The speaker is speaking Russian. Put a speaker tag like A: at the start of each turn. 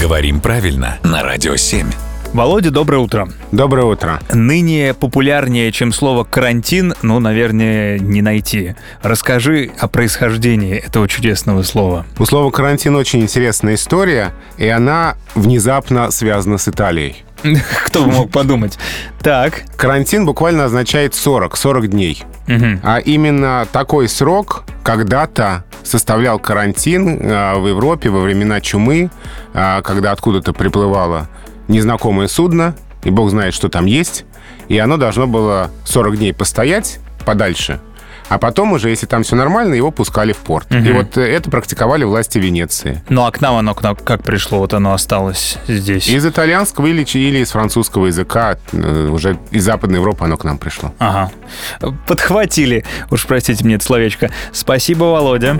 A: Говорим правильно на Радио 7.
B: Володя, доброе утро.
C: Доброе утро.
B: Ныне популярнее, чем слово «карантин», ну, наверное, не найти. Расскажи о происхождении этого чудесного слова.
C: У слова «карантин» очень интересная история, и она внезапно связана с Италией.
B: Кто бы мог подумать. Так,
C: Карантин буквально означает 40, 40 дней.
B: мгм,
C: А именно такой срок когда-то составлял карантин э, в Европе во времена чумы, э, когда откуда-то приплывало незнакомое судно, и бог знает, что там есть, и оно должно было 40 дней постоять подальше, а потом уже, если там все нормально, его пускали в порт. И вот э, это практиковали власти Венеции.
B: ну а к нам оно к нам как пришло, вот оно осталось здесь.
C: Из итальянского или, чи- или из французского языка э, уже из Западной Европы оно к нам пришло.
B: Ага. Подхватили. Уж простите мне это словечко. Спасибо, Володя.